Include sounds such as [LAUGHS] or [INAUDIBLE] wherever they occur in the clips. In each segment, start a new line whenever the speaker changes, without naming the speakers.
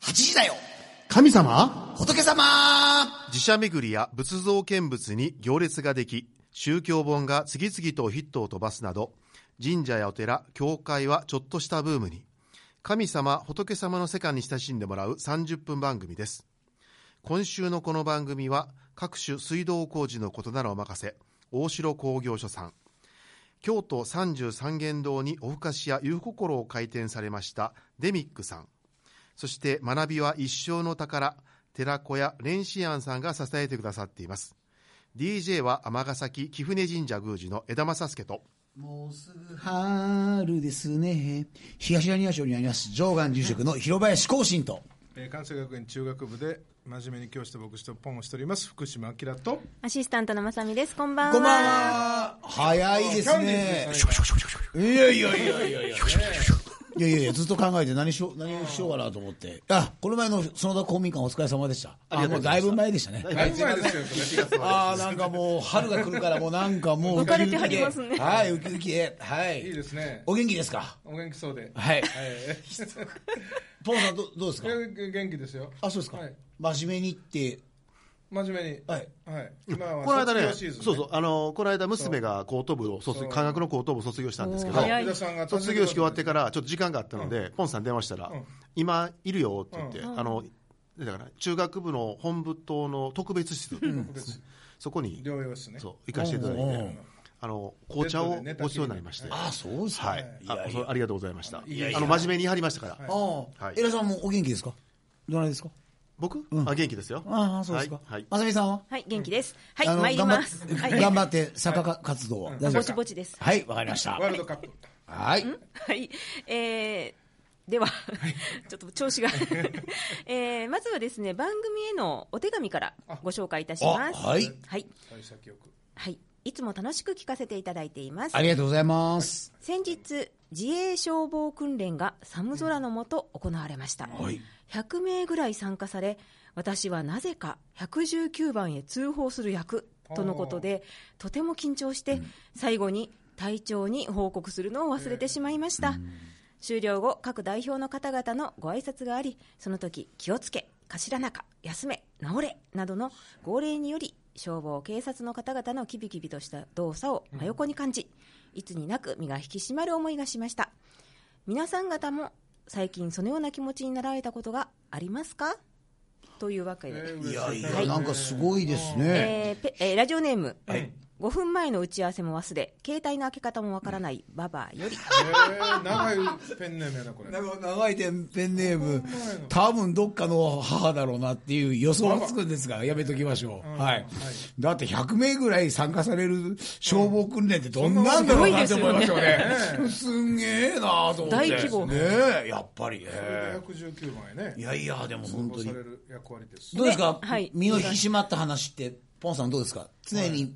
8時だよ
神様
仏様
寺社巡りや仏像見物に行列ができ宗教本が次々とヒットを飛ばすなど神社やお寺教会はちょっとしたブームに神様仏様の世界に親しんでもらう30分番組です今週のこの番組は各種水道工事のことならお任せ大城工業所さん京都三十三間堂におふかしや遊心を開店されましたデミックさんそして学びは一生の宝寺子屋蓮子庵さんが支えてくださっています DJ は尼崎貴船神社宮司の枝正助と
もうすぐ春ですね。東谷庭町にあります、上岸住職の広林光信と。
えー、関西学院中学部で真面目に教師と牧師とポンをしております福島明と
アシスタントのまさみです。こんばんは。
こんばんは。早いですね。いやいやいやいやいやいや。いやいやいや、ずっと考えて何しよう、何をしようかなと思って。あ、この前の園田公民館お疲れ様でした。あ、もうだいぶ前でしたね。
だいぶ前ですよこれ
ああ、なんかもう春が来るからもうなんかもう。
浮かれてはりますね
はい、ウキウキで。はい。
いいですね
お元気ですか
お元気そうで
はい。
え
ポンさんどどうですか
ー元気ですよ
あ、そうですか
はい。
真面目にって。
真面目に
はい
はい今は
この間ね
卒業シーズン
そうそうあのこの間娘が高等部を卒科学の高等部を卒業したんですけど
おー早い
上田さんが
卒業式終わってからちょっと時間があったので、ポンさん電話したら、
ん
今いるよって言って、あのだから中学部の本部棟の特別室、そこに
療養室ね
そう行かせていただいて、
うんうん
あの紅茶
ベッ
を
ドでね
ごちそうになりまして、
ああ、そうですか。
はい
い
あ
やい
そう
や。
ありがとうございました
いやいや
あの真面目にやりましたから、
ああ、
はい
エラさんもお元気ですかどないですか
僕、あ元気ですよ
ああ、そうですか。
はいはい
まさみさんは
はい、元気です。はい、
あの
参ります。
頑張
は
っ
い、
頑張って、坂か活動は。大丈夫
ぼ
で
ち
す
ぼ
か
ちです。
はい、わかりました
ワ。ールドカップ
はい。
はい、えー、では、ちょっと調子が、 [LAUGHS] えー、まずはですね、番組へのお手紙からご紹介いたします。
あはい
はい、
最先よく
はい、いつも楽しく聞かせていただいています
あ。りがとうございます。
先日自衛消防訓練が寒空の下行われました、100名ぐらい参加され私はなぜか119番へ通報する役とのことでとても緊張して、最後に隊長に報告するのを忘れてしまいました、終了後各代表の方々のご挨拶がありその時気をつけ頭中休め治れなどの号令により消防警察の方々のキビキビとした動作を真横に感じ、いつになく身が引き締まる思いがしました皆さん方も最近そのような気持ちになられたことがありますかというわけで、
いやい
は
や、
い
なんかすごいですね。
えーペえーラジオネーム、5分前の打ち合わせも忘れ携帯の開け方もわからないババアより
えー長いペンネームやなこれ
なんか長いペンネーム、多分どっかの母だろうなっていう予想がつくんですが、やめときましょう。はい。だって100名ぐらい参加される消防訓練ってどんなんだろうなって思いますよね。すんげえなと思って。
大規模
ねえ、やっぱりね。
119番へね
いやいや、でも本当
通
に
報さ。れる役割です
どうですか、
はい
身を引き締まった話って、ポンさんどうですか常に、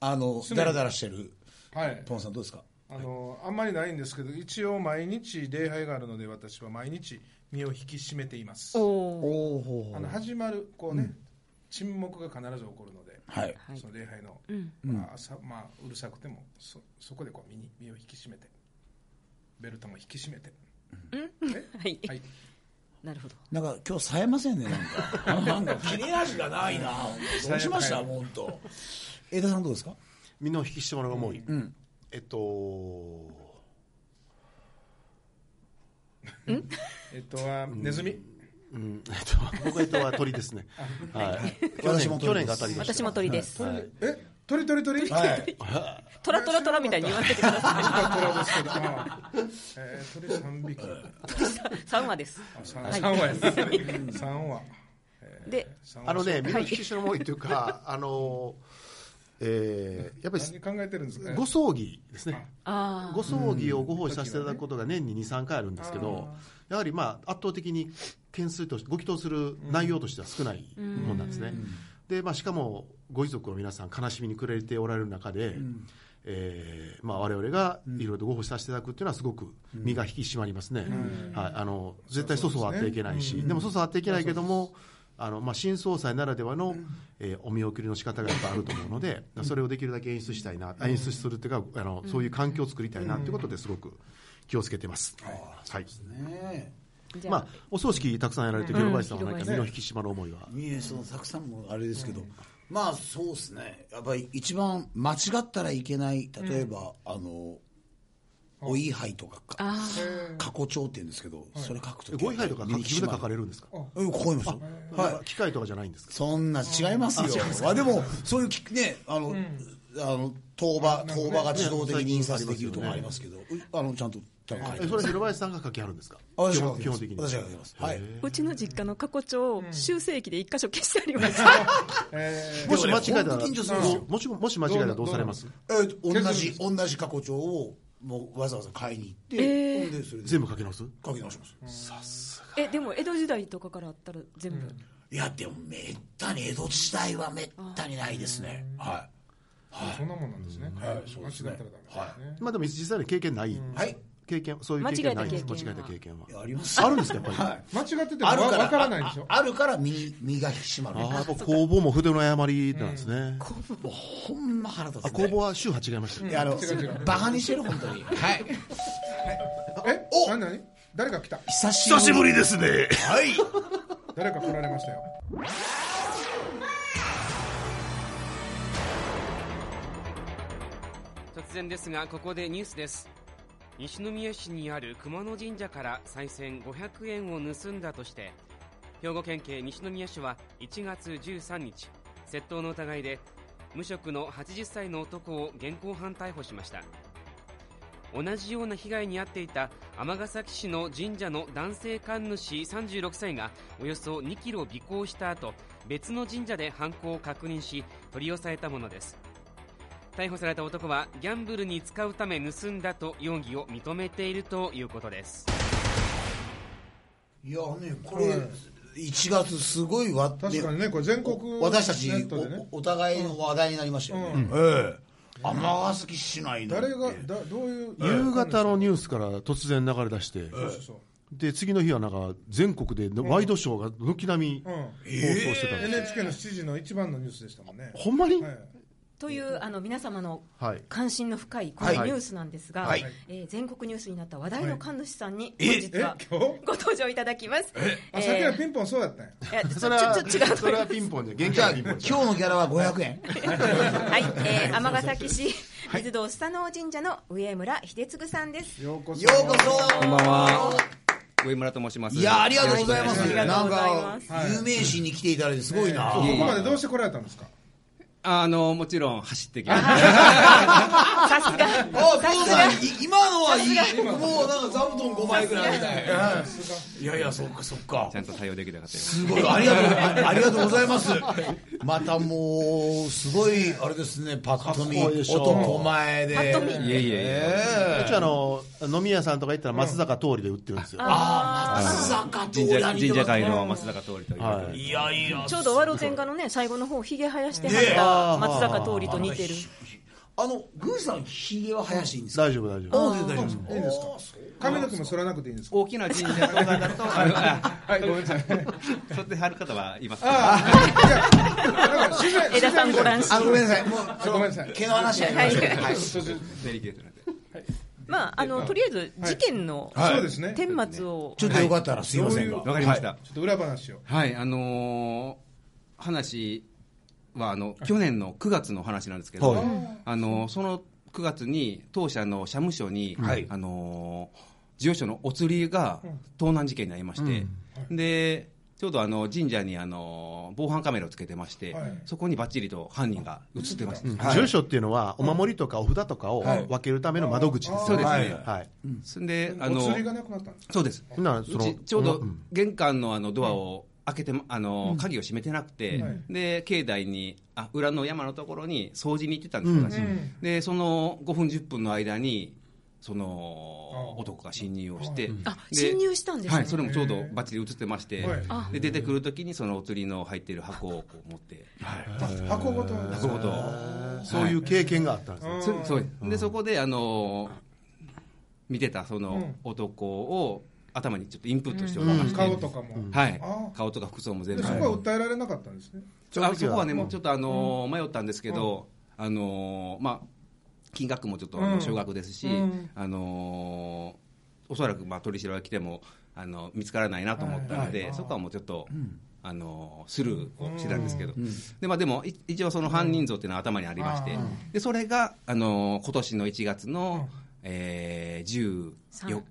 あの、ダラダラしてる、
はい
ポンさんどうですか
あのあんまりないんですけど一応毎日礼拝があるので私は毎日身を引き締めています
おおほ
あの始まるこうね、沈黙が必ず起こるので、
はい。
はい
その礼拝の、まあ朝まあ、うるさくてもそそこでこう身に身を引き締めてベルトも引き締めて、
はい、
はい、
なるほど
なんか今日冴えませんね、なんか。なん [LAUGHS] か切れ味がないな。どうしましたもう本当。江田さんどうですか
身の引き締まる思い、えっと
えっとはネズミ、
うん、えっと、僕はえっとは鳥で
[LAUGHS]
すね。はい。去
私も
年、
鳥
去
です
年が当たりました。
私も鳥です、
え鳥鳥鳥 [LAUGHS]
はい。
トラトラトラみたいに言わせてください
鳥ですけど、あーえー、鳥三匹
3話です
あ三三羽や三羽
で
三羽
あのね、身の
はい
引き締まる思いという
[LAUGHS]
か、あの、えーやっぱり
何考えてるんですかね
ご葬儀ですね。
あ
ご葬儀をご奉仕させていただくことが年に2、3回あるんですけど、やはりまあ圧倒的に件数として、ご祈祷する内容としては少ないもんなんですね。で、まあ、しかもご遺族の皆さん、悲しみに暮れておられる中で、えーまあ、我々がいろいろとご奉仕させていただくっていうのはすごく身が引き締まりますね、はい、あの絶対粗相はあっていけないし、でも粗相はあっていけないけども、あのまあ、新総裁ならではの、えーお見送りの仕方がやっぱあると思うので、それをできるだけ演出したいな、演出するっていうかあのそういう環境を作りたいなということですごく気をつけてます、はい、
ねえ
じゃ
ま
あ、
あ、お葬式たくさんやられてる広林さんは何か
うん
身の引き締まる思いは、
いえそのたくさんもあれですけど、まあそうですねやっぱり一番間違ったらいけない例えば、あのお位牌とかか
あー
過去帳って言うんですけど、それ書くと
ご位牌とか自分で書かれるんですか
うん書きますよはい
機械とかじゃないんですか
そんな違いますよ。あでもそういうきねあの、あの当場当場が自動的に印刷できるとかありますけど、うあのちゃんとちゃんと書いて
えそれ広林さんが書きあるんですか
あ
基
私が
本基本的に
私が書きます。はい。
うちの実家の過去帳を修正機で一箇所消してありました。
え
も
も
し
し
間
間
違えた
違えた
ら
ら
緊張するんですよ
もしもし間違えたらどうされます
えーと同じ同じ過去帳をもうわざわざ買いに行って、
えー
ほんでそれで
全部書き直す
書き直します。
[LAUGHS] え、でも江戸時代とかからあったら全部。
いやでもめったに江戸時代はめったにないですね。は
ー、そんなもんなんですね。
い。はい。そう
間
で
違
す
え
ね
たらダメです。
は
ね。
まあでも実際に経験ない、
い。はい。
経験そういう経験ないです間
間
違え
違え
た
た
経
経
験はい
やあります。
あるんですかやっぱり
はい。
間違ってても
あ
わ
るから
わからないでしょ。
ああるから身身が引き締まる。
ああやっぱ工房も筆の誤りなんですね、
もうほんま腹立つ、ね
あ、工房は宗派違いましたね、
いやあの
違う違う
バカにしてる本当にはい
え、
お
何何誰か来た。
久し
久しぶりですね
はい
誰か来られましたよ。
突然ですがここでニュースです西宮市にある熊野神社から賽銭500円を盗んだとして兵庫県警西宮市は1月13日窃盗の疑いで無職の80歳の男を現行犯逮捕しました同じような被害に遭っていた尼崎市の神社の男性神主36歳がおよそ2キロ尾行した後別の神社で犯行を確認し取り押さえたものです逮捕された男はギャンブルに使うため盗んだと容疑を認めているということです
いやねこれ1月すごいわ
確かにね、これ全国
私たち
ネットでね。
おお互いの話題になりましたよね、ええ尼崎市内の
誰が、だどういう。
夕方のニュースから突然流れ出して、
そうそうそう。
で次の日はなんか全国でワイドショーが軒並み
うん
放送してたんですよ、
NHK の7時の一番のニュースでしたもんね。
ほんまに、
はい
というあの皆様の
はい
関心の深いこの
はい
ニュースなんですが、
はい
えー全国ニュースになった話題の神主さんに
い
本日
え、
は
今日
ご登場いただきます。
あ、さっきは
え
ピンポンそうだったんや。
ーいやちょ
それは
ちょちょ違うと
そ
思
れ
いま
は
す
ピンポンじゃ限
じゃ
界
あ
ピンポ
今
ン
日
じゃ
のギャラは500円
はい、えー、尼崎市水道須佐野神社の上村秀次さんです。
ようこそ。
ようこそ
こんばんは。上村と申します。
いやありがとうございます
ありが
な
と
ん
うございま
か
す
有名人に来ていただいてすごいな、
ここまでどうして来られたんですか
あの、もちろん走ってき
[LAUGHS]
まし
あ、そ
さすが。
うだ、今のはいい、もうなんか座布団5枚ぐらいみたいな。いやいや、そっかそっか
ちゃ。んと対応できなかったよ
すごい、ありがとう、あありがとうございます。 [LAUGHS] またもう、すごい、あれですね、パッと見、
かっこいいでしょ
男前で。
パッと見
いえいえいえ。
うちはあの飲み屋さんとか行ったら松坂通りで売ってるんですよ、
あー、松坂
神
桃
社、
李
神社界の松坂通りという。
はい
いやいや、
ちょうど和露天下のね、最後の方、ひげ生やしてはっ
ねえ
た松坂桃李と似てる。
あの、グーさん、ひげは生やしていいんですか
大丈夫大丈夫
あー大丈夫ですか
いいんですか髪の毛も剃らなくていいんですか
大きな神社とかだと、あのあ
はい、ごめんなさい。
剃ってはる方はいますか
あ
枝さんご覧し。
あ、ごめんなさい。もう、その
ごめんなさい
毛の話やりましょう。はい。
デリケートなんで。
まあ、あの、とりあえず事件の
そうですね。ちょ
顛末を。
ちょっとよかったらすいませんが。
わかりました。
っと裏話を。
はい、あのー話は、あの、去年の9月の話なんですけど、
はい
あのーその9月に、当社の社務所に、
はい
あのー事業所のお釣りが盗難事件になりまして、で、ちょうどあの神社にあの防犯カメラをつけてまして、
はい
そこにばっちりと犯人が映ってました、はい
住所っていうのはお守りとかお札とかを分けるための窓口です
そう
よ
で
ね、
すね
はいはい
そんであ
お
の
釣りがなくなったんです
そうです、
なら
う
その
ちちょうど
ん
玄関のあのドアを開けてもあの鍵を閉めてなくて、
うん
で境内にあ裏の山のところに掃除に行ってたんですよ、私
うん
でその5分10分の間にそ
あ
の
あ
男が侵入をして、
あ、
で
侵入したんです
はい、
ね。
それもちょうどバッチリ映ってまして、
はい
あ
で出てくるときにそのお釣りの入っている箱をこう持って、
箱ごと。
箱ごと、
そういう経験があったんですね、
そそうですでそこであの見てたそ
うん
の男を頭にちょっとインプットしておりまして、
顔とかも。
はい
あ、
顔とか服装も全
で
部。
そこは訴えられなかったんですね。
あそこはね、もうちょっとあのー迷ったんですけど、あのーまあ金額もちょっとあ
う
の
ん
少額ですし、
うん
あのーおそらくまあ取り調べが来てもあの見つからないなと思ったので、
はいはい
そこはもうちょっと、あのスルーをしてたんですけど、でまあ、でもい一応その犯人像っていうのは頭にありまして、
うん
でそれがあの今年の1月の、えー、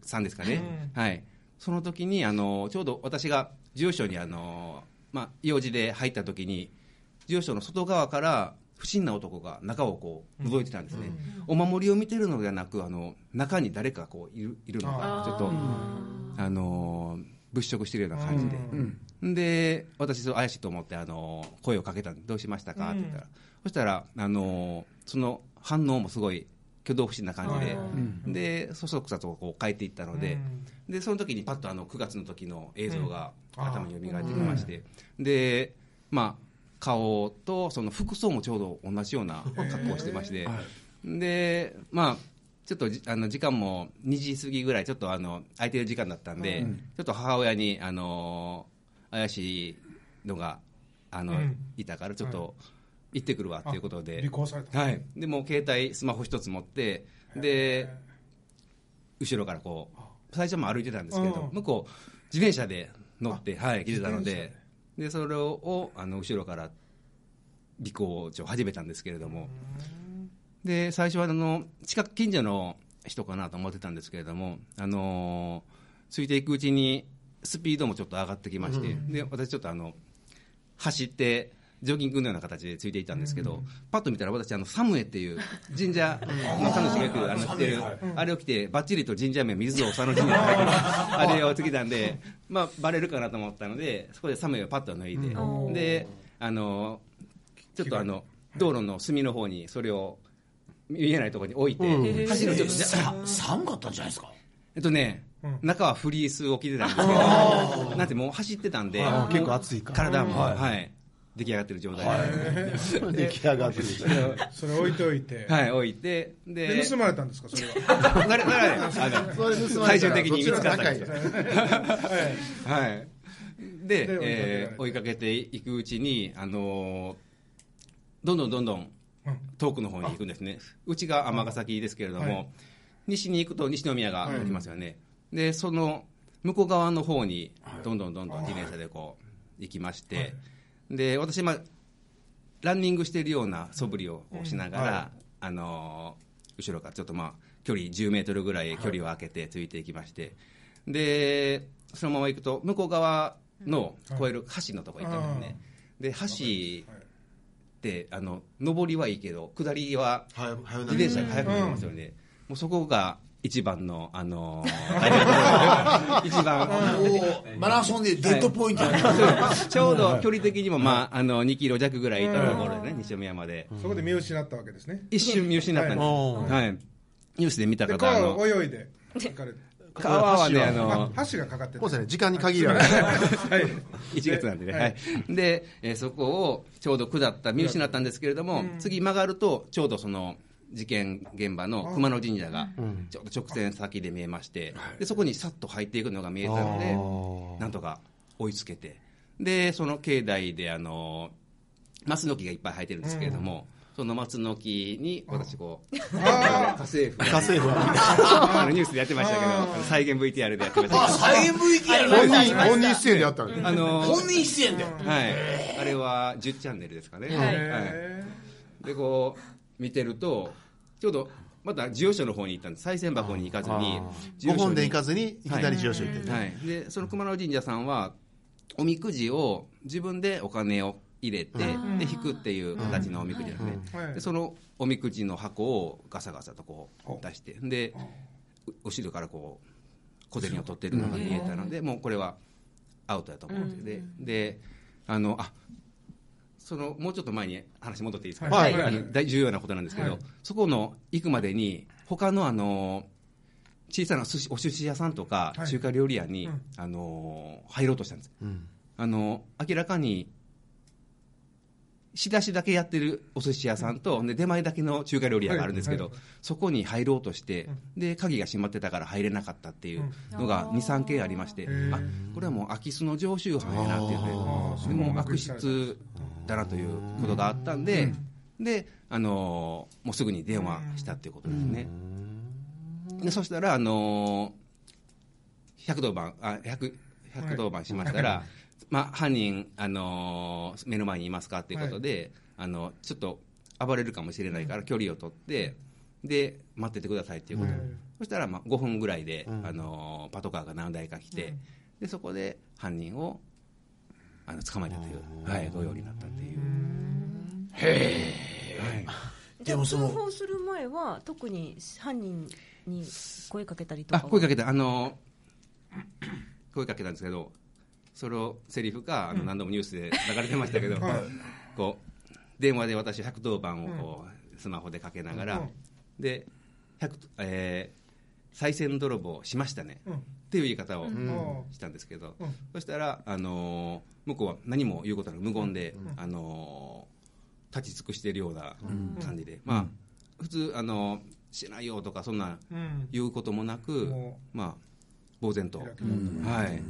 13ですかね、はい、その時にあのちょうど私が住所にあの、まあ、用事で入った時に住所の外側から不審な男が中をこう覗いてたんですね、お守りを見てるのではなくあの中に誰かこういるいるのが
あー
ちょっとあのー物色してるような感じで、で私そう怪しいと思ってあのー声をかけたんでどうしましたかって言ったら、そしたらあのーその反応もすごい挙動不審な感じで、でそそくさとこう変えていったので、でその時にパッとあの9月の時の映像が頭に蘇ってきまして、でまあ顔とその服装もちょうど同じような格好をしてまして、でまあちょっとじあの時間も2時過ぎぐらいちょっとあの空いてる時間だったんで、ちょっと母親にあの怪しいのがあの、
うん
いたからちょっと行ってくるわっていうことで
尾、行された。
はい、でもう携帯スマホ一つ持ってで後ろからこう最初も歩いてたんですけど、
うん
向こう自転車で乗って、はい、来てたの
自転
ででそれをあの後ろから尾行を始めたんですけれどもで最初はあの近く近所の人かなと思ってたんですけれども、あのーついていくうちにスピードもちょっと上がってきまして、で私ちょっとあの走ってジョギングのような形でついていったんですけど、パッと見たら私あのサムエっていう神社の彼女がよくあの着てるあれを着てバッチリと神社名水尾さの神社って書いて [LAUGHS] あるあれをつけたんで、まあ、バレるかなと思ったのでそこでサムエをパッと脱いで、であのちょっとあの道路の隅の方にそれを見えないところに置いて、走るちょっとじゃ
さ寒かったんじゃないですか
えっとね、中はフリースを着てたんですけど、なんてもう走ってたんで、
あー
もう
結構暑いか
体も、はい、出来上がってる状態
出
で、
来上がってる
それ置いておいて。
はい、置いて、で
で、盗まれたんですか、それは。
[LAUGHS] なれなれあの最終的に見つか
[LAUGHS]
ったんですよはい。で、
で
えー追いかけていくうちに、あのーどんどんどんどん
うん
遠くの方に行くんですね。うちが尼崎ですけれども、
はい
西に行くと西宮がありますよね。で、その向こう側の方に、どんどんどんどん自転車でこう、行きまして、で、私、まあ、ランニングしているような素振りをしながら、
うんは
あのー後ろからちょっとまあ距離10メートルぐらい距離を空けてついていきまして、でそのまま行くと向こう側の越える橋のとこ行ったんですね、で橋ってあの上りはいいけど下りは
早く
自転車が速くなりますよね、もうそこが一番の、あの [LAUGHS] ー大変なところで一番
マラソンでデッドポイントやね
そうちょうど距離的にも、まあ、あの2キロ弱ぐらいいたところでね、西宮まで。
そこで見失ったわけですね。
一瞬見失ったんです、
は
はい、ニュースで見た
で、
方あ
川
の
を泳いで行かれて。
川はねあ
あ
の、
橋がかかって
こうです
た。
ね時間に限りはね
はい。
[LAUGHS] 1月なんでね、はい、で、えーそこをちょうど下った見失ったんですけれども、次曲がるとちょうどその事件現場の熊野神社がちょうど直線先で見えまして、でそこにさっと入っていくのが見えたのでなんとか追いつけてでその境内であの松の木がいっぱい生えてるんですけれども、その松の木に私こう、家政婦
家政婦は
あのニュースでやってましたけど、あの再現 VTR でやってましたけど、
再現 VTR
本人本人出演であったの
あ
ね
の
本人出演で
はい、あれは10チャンネルですかね、
はい
へ
いでこう見てると、ちょうどまた事業所の方に行ったんです、さい銭箱に行かずに、
5本で行か
ず
ずにいきなり授与所行ってね
はい、でその熊野神社さんは、おみくじを自分でお金を入れて、で引くっていう形のおみくじですね。
ーはい
でそのおみくじの箱をガサガサとこう出してでお後ろからこう小銭を取ってるのが見えたので、もうこれはアウトだと思って、でであのあそのもうちょっと前に話戻っていいですか、
はい
あの大重要なことなんですけど、そこの行くまでに他のあの小さな寿司お寿司屋さんとか
はい
中華料理屋に、あの入ろうとしたんです
うん
あの明らかに仕出しだけやってるお寿司屋さんと、で出前だけの中華料理屋があるんですけど、そこに入ろうとして、で鍵が閉まってたから入れなかったっていうのが
うん
23件ありまして、あこれはもう空き巣の常習犯やなっていうね
あー
でもう悪質だなということがあったんで、であのーもうすぐに電話したっていうことですね。でそしたら、あのー110番、あ、100、110番しましたら、まあ、犯人、あのー目の前にいますかっていうことで、あの、ちょっと暴れるかもしれないから距離を取って、で、待っててくださいっていうこと。そしたら、まあ、5分ぐらいで、
うん
あのーパトカーが何台か来て、で、そこで犯人を、あの、捕まえたという、はい、ご用になったっていう。へえ。はい
じ
で
ゃあ
もそ
通
の
報する前は特に犯人に声かけたりと
あ
かは
声かけたあの声かけたんですけどそれをセリフかあの何度もニュースで流れてましたけど、こう電話で私110番をこう、スマホでかけながら、で100、えー、再選泥棒しましたね、
うん
っていう言い方を
ん
したんですけど、
うん
そしたら、あのー向こうは何も言うことなく無言で、あのー立ち尽くしているような感じで、まあ普通、あのーしないよとかそんな
うん
言うこともなく、
も
まあ、呆然と、
開け
はい、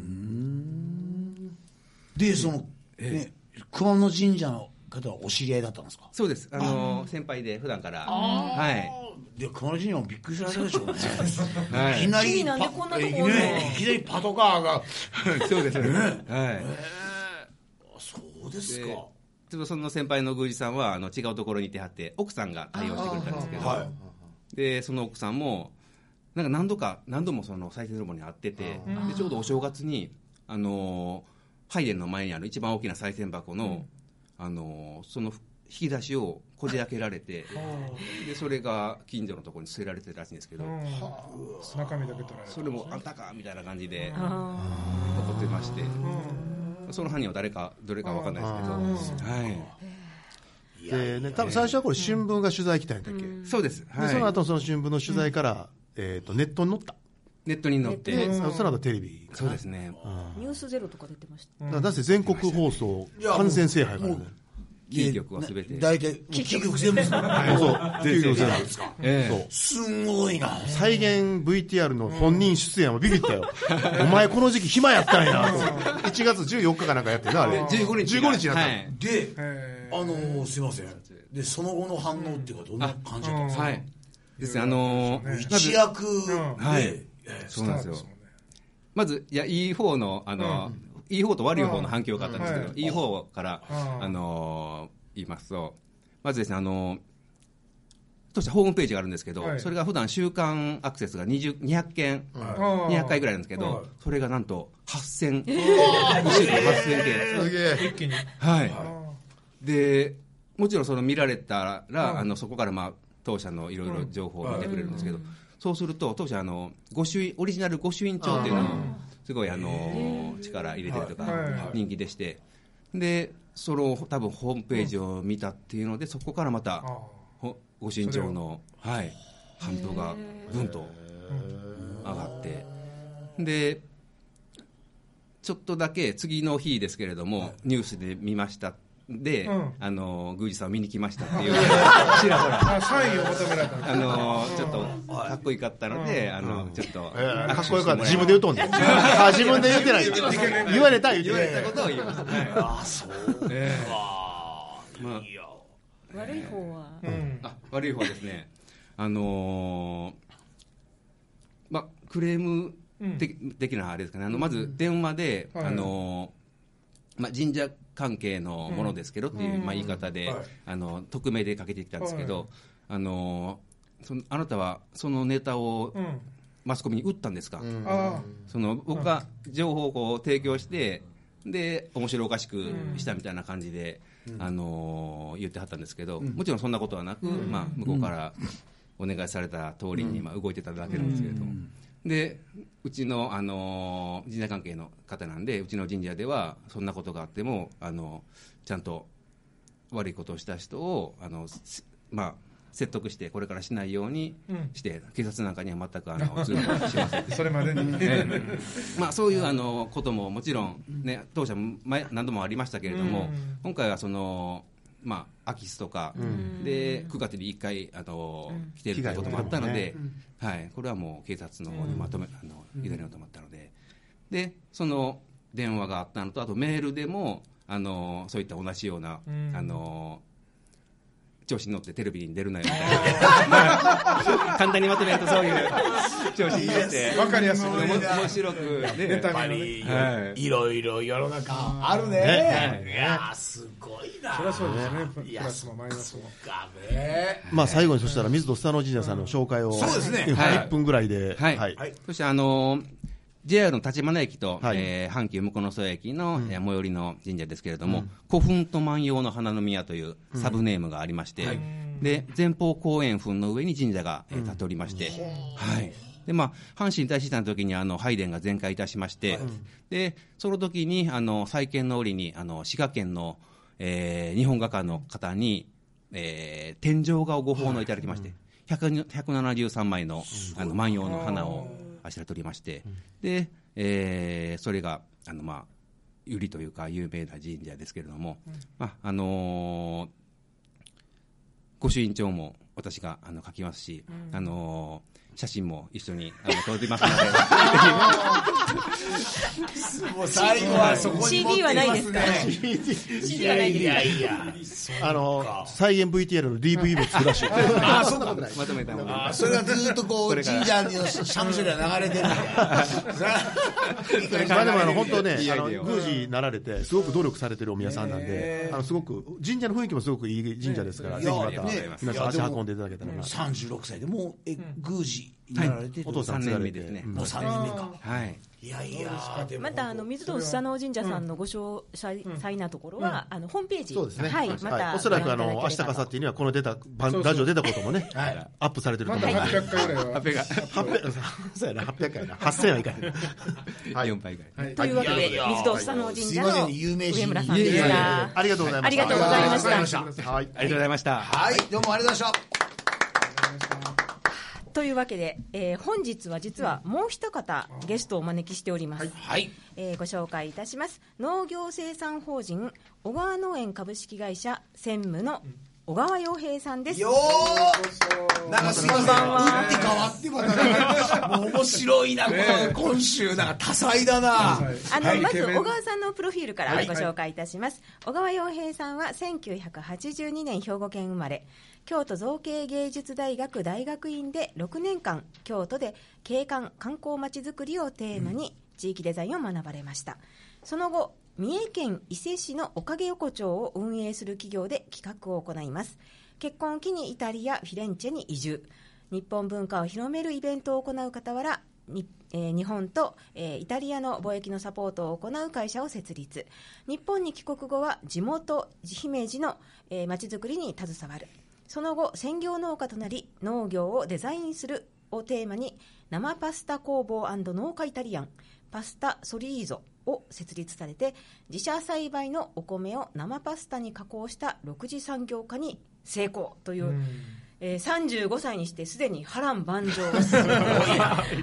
で、その、ね、熊野神社の方はお知り合いだったんですか
そうです、あの先輩で普段から、はい、
で、熊野神社もびっくりされたでしょうね。
[LAUGHS] はい
きなり
一気になんで
パ
こんなとこ
いき
おんの
なりいきなりパトカーが。
[LAUGHS] そうです、はい、
そうですか。
でちょっとその先輩の宮司さんはあの違うところにいてはって奥さんが対応してくれたんですけど、
は
でその奥さんもなんか何度か何度もその再生泥棒に会っててでちょうどお正月にあのハイデンの前にある一番大きな再銭箱の、あのその引き出しをこじ開けられ [LAUGHS] てでそれが近所のところに捨てられてるらしいんですけど、
うん中身だけ取られた
それもあんたかみたいな感じで
あ
怒ってまして、その犯人は誰かどれかわかんないですけど、はい、
でね、多分最初はこれ新聞が取材来たんだっけ、で
そうです、は
その
い、
後その新聞の取材から、えー、とネットに載った、
ネットに載って、
でその後テレビ
そうですね、
ーニュースゼロとか出てました
だからだって全国放送、完全制覇やからね
キー局はすべて、
な大体、結局全部ですか
そう全国制
なん
覇
ですか。
ええ
そう
すごいな。
再現 VTR の本人出演はビビったよ、お前、この時期暇やったんやと、1月14日かなんかやってるな、あれ、
15日
15日やったの、
はい
で、
え
あのーすいません。で、その後の反応っていうか、どんな感じだったんですか
はい、ですねあのーまず
一躍
は
で
い、そうなんですよ
そうで
まずいやいい方のあの、いい方と悪い方の反響があったんですけど、、
うんはい
い方から、
うん
あのー言いますとまずですねあのーとしたホームページがあるんですけど、
はい
それが普段週刊アクセスが20 200件、
ん
200回ぐらいなんですけど、
うん
それがなんと8000、一週間8000件、
すげえ
一気に
はい
あ
でもちろんその見られたら、あのそこから、まあ、当社のいろいろ情報を見てくれるんですけど、そうすると当社あの御朱印オリジナル御朱印帳っていうのをすごいあの力入れてるとか
はい
人気でしてでその多分ホームページを見たっていうのでそこからまた
あ
ほ御朱印帳の、はい、反響がぐんと上がってでちょっとだけ次の日ですけれどもニュースで見ましたで、
うん
あの宮司さんを見に来ました [LAUGHS] っていうちらほら
あサインを求められたんだ
あのちょっとかっこよかったので、あのちょっと、
えーか
握手
っ
して
こよかった、自分
も
で言うとんねん、あ自分で言ってない、言われた、言ってない
らえ言われたことを言いました、はい
あそうか、
えまあ
いや
悪い方は
うん
あ悪い方ですね、 [LAUGHS] あのーまあ、クレーム的,、的なあれですかね、あのまず電話で、
はい
あのーまあ、神社関係のものですけどっていう、まあ、言い方で、
はい
あの匿名でかけてきたんですけど、あのーそのあなたはそのネタを
うん
マスコミに打ったんですか、
あ
その僕が情報をこう提供して、で面白おかしくしたみたいな感じで、あのー言ってはったんですけど、もちろんそんなことはなく、まあ、向こうからお願いされた通りに、まあ、動いてただけなんですけれども、でうちの、あのー神社関係の方なんでうちの神社ではそんなことがあっても、あのちゃんと悪いことをした人をあの、すまあ、説得してこれからしないようにして、警察なんかには全くあの通報しません
あそれまで [LAUGHS] に
まあ、そういうあのことももちろん、ね、当社も前何度もありましたけれど
う
も、
ん
今回はその、まあ、空き巣とか、で9月に1回あの、来てるということもあったので、はい、これはもう警察の方にまとめ、あの委ねようと思ったので,、でその電話があったのとあとメールでもあのそういった同じような、
うん
あの調子に乗ってテレビに出るなよみたい
[LAUGHS]
な簡単にまとめるとそういう調子に乗って
わかりやすい。
面面白くね
妬みのね
はい
いろいろ世の中あるね。いやーすごいな。
そりゃそうですね。
い
プ
や
ラスもマイナスも。
かね。
まあ最後にそしたら水戸スタノ神社さんの紹介を
そうですね
はい
1分ぐらいで、
はい、
はい
そしてあのー JR の立花駅と、
はい
えー阪急向こうの駅の、えー最寄りの神社ですけれども、古墳と万葉の花の宮というサブネームがありまして、で前方後円墳の上に神社が、えー建っておりまして、はいでまあ、阪神大震災の時にあの拝殿が全壊いたしまして、でその時にあの再建の折にあの滋賀県の、えー日本画家の方に、えー天井画をご奉納いただきまして、100 173枚のあの万葉の花をあしらっておりまして、でえーそれがあの、まあ、由利というか有名な神社ですけれども、まああのーご朱印帳も私があの書きますし、あのー写真も一緒にあの撮りますので
[LAUGHS] もう最後はそこに持って
CD はないですか
[LAUGHS] すいやいやいや。
あの再現 VTR の DV も作らしい
あー、そっか。
まとめたもので
あそれがずっと [LAUGHS] こう神社の三所が流れてるんだ
まあでもあの本当ね
いい、ア
あ
イデ
の
アを
宮司になられて、すごく努力されてるお宮さんなんで、あのすごく神社の雰囲気もすごくいい神社ですから、
ね
ぜひま
い
た
やね
皆さん足運んでいただけたらな。
三十六歳でもうえ宮司になられてる
お父さん
三
継が
年
れて
目ですね、
うん
もう三年目か。
はい
いやいや。でも
またあの水戸スサノオ神社さんのご詳細なところは、あのホームページ、
そうですね。
はい、また
おそらくあの
ご覧
明
い
日
ただ
か明後日
ければ
にはこの出た番ラジオ出たこともね、アップされてると
ま
思う。
だ800回ぐらいは。
八百そうやな八百回な八千はいかない。
4倍ぐらい
というわけで、水戸スサノオ神
すい
社
ませ
の
ん有名人
上村さんで
いえいえ
し
いえ
た。
ありがとうございました。
ありがとうございました
た。はい。
ありがとうございました
はい、どうもありがとうございました。
というわけで、えー本日は実はもう一方ゲストをお招きしております、
はい。
えーご紹介いたします農業生産法人小川農園株式会社専務の小川洋平さんです
よーなんかすいません、打って変わってまた、もう面白いな、この今週、なんか多彩だな。
あの、
はい
まず
イケメン
小川さんのプロフィールからご紹介いたします、小川洋平さんは1982年兵庫県生まれ京都造形芸術大学大学院で6年間京都で景観観光まちづくりをテーマに地域デザインを学ばれました、その後三重県伊勢市のおかげ横丁を運営する企業で企画を行います結婚を機にイタリアフィレンチェに移住日本文化を広めるイベントを行う傍らにえー日本と、えーイタリアの貿易のサポートを行う会社を設立日本に帰国後は地元姫路のえーまち、づくりに携わるその後専業農家となり農業をデザインするをテーマに生パスタ工房農家イタリアンパスタソリーゾを設立されて自社栽培のお米を生パスタに加工した6次産業化に成功という、えー35歳にしてすでに波乱万丈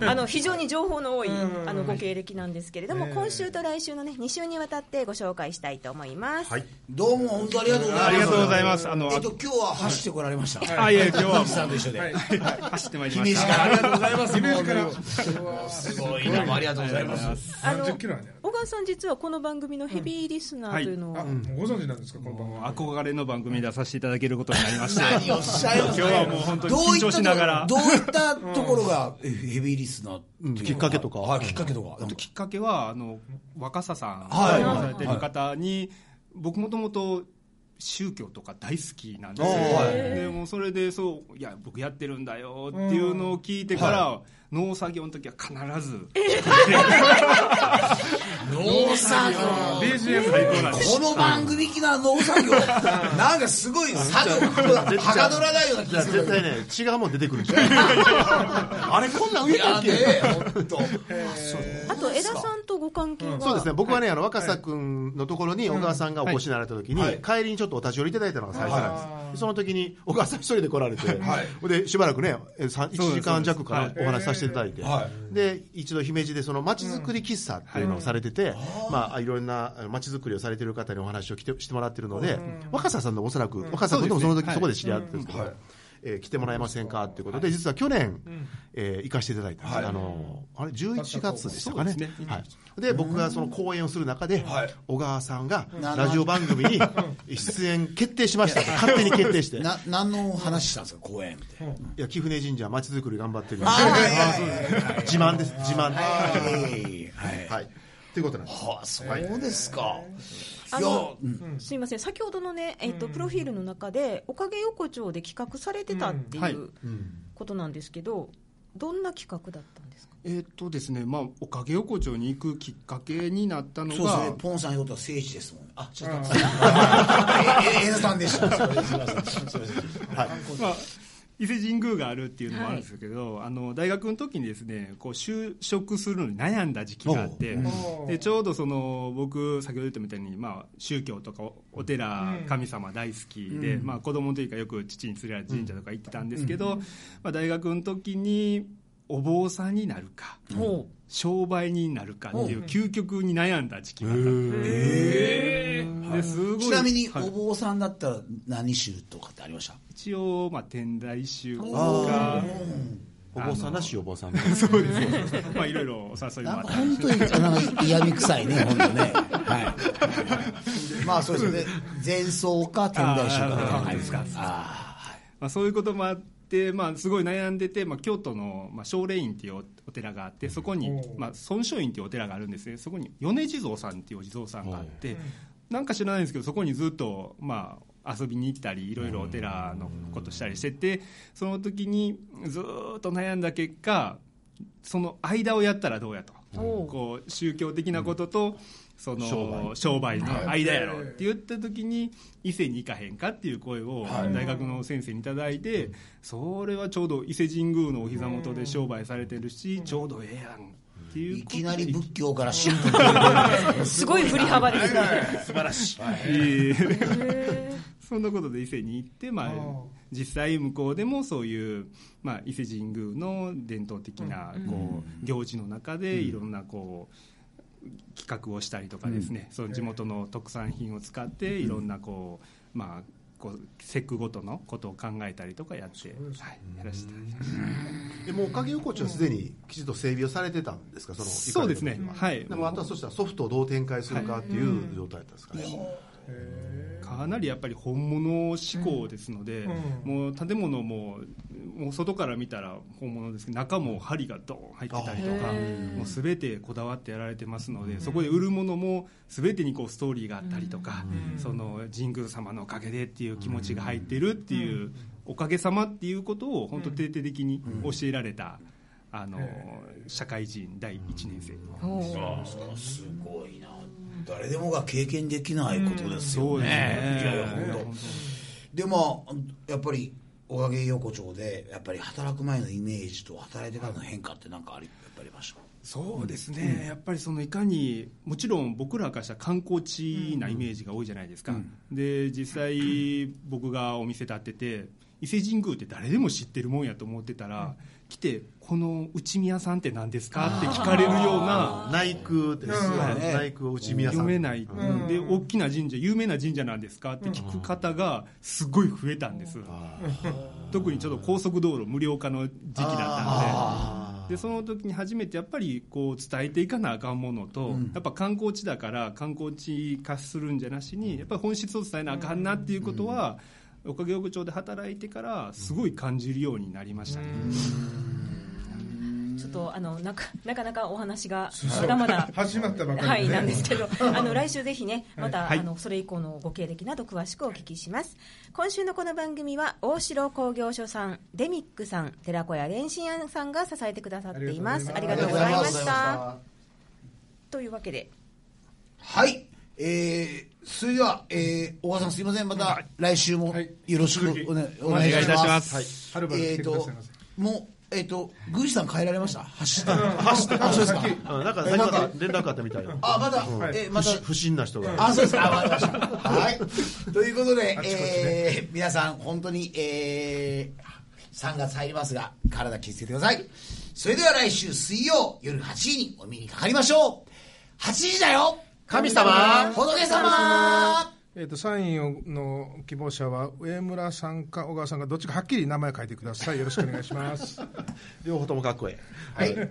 あの非常に情報の多いあのご経歴なんですけれども、今週と来週の、ね、2週にわたってご紹介したいと思います。
どうも本当ありがとうございます。
ありがとうございますあの
えっと、今日は走ってこられました。
あいや今日はも
藤さんと一緒で。
走ってまいりま
姫路
した
からありがとうございます。
姫路から
もうすごいな、もうありがとうございます。
あの
30キロなんじゃない
小川さん実はこの番組のヘビーリスナーというのを、
あ、もうご存知なんですか、この番組。
憧れの番組に出させていただけることになり [LAUGHS] まして
何をおっしゃいます
今日はもう本当に緊張しながら
どういったところどういったところがえヘビーリスナーっていうの
うんきっかけとか
はい、きっかけとか。なんか
きっかけはあの若狭さん
はい
されてる方に、僕もともと宗教とか大好きなんですよ、でもうそれでそういや僕やってるんだよっていうのを聞いてから、農作業の時は必ず
農作業。
BGM
最高なんです
この番組機な農作業、なんかすごい作業、はかどらないような気がする
絶。対ね違うもん出てくるんじゃ
[LAUGHS]
ん。あれこんなん
い
浮いた
や
っ
ね
け？、
本当。
あと江田さんとご関係が、
そうですね、僕はね、あの若狭君のところに小川さんがお越しになられたときに、帰りにちょっとお立ち寄りいただいたのが最初なんです、その時に小川さん一人で来られて、でしばらくね、1時間弱かな、お話しさせていただいて、で一度、姫路でその街づくり喫茶っていうのをされてて、まあ、いろんな街づくりをされてる方にお話を来てしてもらってるので、若狭さんのおそらく、若狭君ともその時、そこで知り合ってるんですけど。えー来てもらえませんかということで、実は去年、えー行かせていただいたんです、
はい
あのーあれ、11月でしたかね、
そうですね
はい、で僕がその講演をする中で、
はい
小川さんがラジオ番組に出演決定しましたと、勝手に決定して、い
な何の話したんですか公演って
や、貴船神社、まちづくり頑張ってるんで
あ
自慢です、自慢。
はいはい
はい、ということなんです。
はあそうですか
あ
いや
のすみません先ほどのね、えっとプロフィールの中でおかげ横丁で企画されてたって
はいいう
ことなんですけど、どんな企画だったん
[LAUGHS]
ですか
えーっとですね、まあ、おかげ横丁に行くきっかけになったの
そうです
が
ね、ポンさんにとっては聖地ですもんね。あ、ちょっと待って。え、え、えさんでした。すいません。すいません
はい
まあ、伊勢神宮があるっていうのもあるんですけど、あの大学の時にですねこう就職するのに悩んだ時期があって、でちょうどその僕先ほど言ったみたいに、まあ、宗教とかおお寺、神様大好きで、まあ、子供の時からよく父に連れられて神社とか行ってたんですけど、まあ、大学の時にお坊さんになるか、商売人になるかっていう究極に悩んだ時期があったんですですごい
ちなみに、
はい
お坊さんだったら何宗とかってありました
一応、まあ、天台宗とか。
お坊さんらしいお坊さん。
そうですね。まあいろいろお誘いも
なん
あっ
か
たり
本
して。
当になんか嫌味臭い [LAUGHS] ね、本当ね。はい。まあそうですね。前奏か天台宗かって感じですか。あ
まあそういうこともあって、まあすごい悩んでて、まあ京都のまあ少林院っていうお寺があって、そこにまあ孫松院っていうお寺があるんですね。そこに米地蔵さんっていうお地蔵さんがあって、なんか知らないんですけど、そこにずっとまあ。遊びに行ったりいろいろお寺のことしたりしててその時にずーっと悩んだ結果その間をやったらどうやと、こう宗教的なことと、その商売の間やろって言った時に伊勢に行かへんかっていう声を大学の先生にいただいて、それはちょうど伊勢神宮のお膝元で商売されてるし、ちょうどええやんって
ー
いう
い
ことで
きなり仏教から宗教
すごい振り幅ですね
素晴らしい。
いいそんなことで伊勢に行って、まあ、実際向こうでもそういう、まあ、伊勢神宮の伝統的なこう行事の中でいろんなこう企画をしたりとかですね、その地元の特産品を使っていろんなこう、まあこう節句ごとのことを考えたりとかやって、はい、やらせていただきました
でもうおかげ横丁はすでにきちんと整備をされてたんですか、その
そうですねはい
でもあとはそしたらソフトをどう展開するかっていう状態だったんですかね。
かなりやっぱり本物志向ですので、もう建物ももう外から見たら本物ですけど中も針がドーン入ってたりとかもう全てこだわってやられてますので、そこで売るものも全てにこうストーリーがあったりとか、その神宮様のおかげでっていう気持ちが入ってるっていう、おかげさまっていうことを本当徹底的に教えられた、あの社会人第1年生
すごいな。誰でもが経験できないことですよね。いやいや本当。でもやっぱりおかげ横丁でやっぱり働く前のイメージと働いてからの変化ってなんかありやっぱりありました
そうですね、やっぱりそのいかにもちろん僕らからしたら観光地なイメージが多いじゃないですか、で実際僕がお店立ってて伊勢神宮って誰でも知ってるもんやと思ってたら、来てこの内宮さんって何ですかって聞かれるような
内宮ですよね。内宮を内宮さ
読
ん。
めない、で大きな神社有名な神社なんですかって聞く方がすごい増えたんです、特にちょっと高速道路無料化の時期だったんで。でその時に初めてやっぱりこう伝えていかなあかんものと、やっぱ観光地だから観光地化するんじゃなしにやっぱり本質を伝えなあかんなっていうことは、おかげ横丁で働いてからすごい感じるようになりましたね、
ちょっとあのなかなかなかお話がまだま [LAUGHS] だ
始まったばかりで
[LAUGHS] はい、なんですけど、あの来週ぜひね、また、
はい
あのそれ以降のご経歴など詳しくお聞きします。今週のこの番組は大城工業所さん、デミックさん、寺子屋蓮心庵さんが支えてくださっています。ありがとうございました。というわけで、
はいえー、それでは、えー、小川さんすいませんまた来週もよろしくお,、ねお願いいたします
はるばる
え
来
ー
てくだ
と
さいませ
もうえっ、と宮司さん帰られました走って走ってあそうですか
うんなんか先ほど連絡あったみたいな。
あまだ、えーま
不
た
審不審な人が。
あ、そうですか。わかりました。はい。ということで、えー皆さん、本当に、えー、3月入りますが、体気をつけてください。それでは来週水曜夜8時にお目にかかりましょう。8時だよ神様仏様
えー、とサインをの希望者は上村さんか小川さんかどっちかはっきり名前書いてくださいよろしくお願いします
両方ともかっこええ。はい。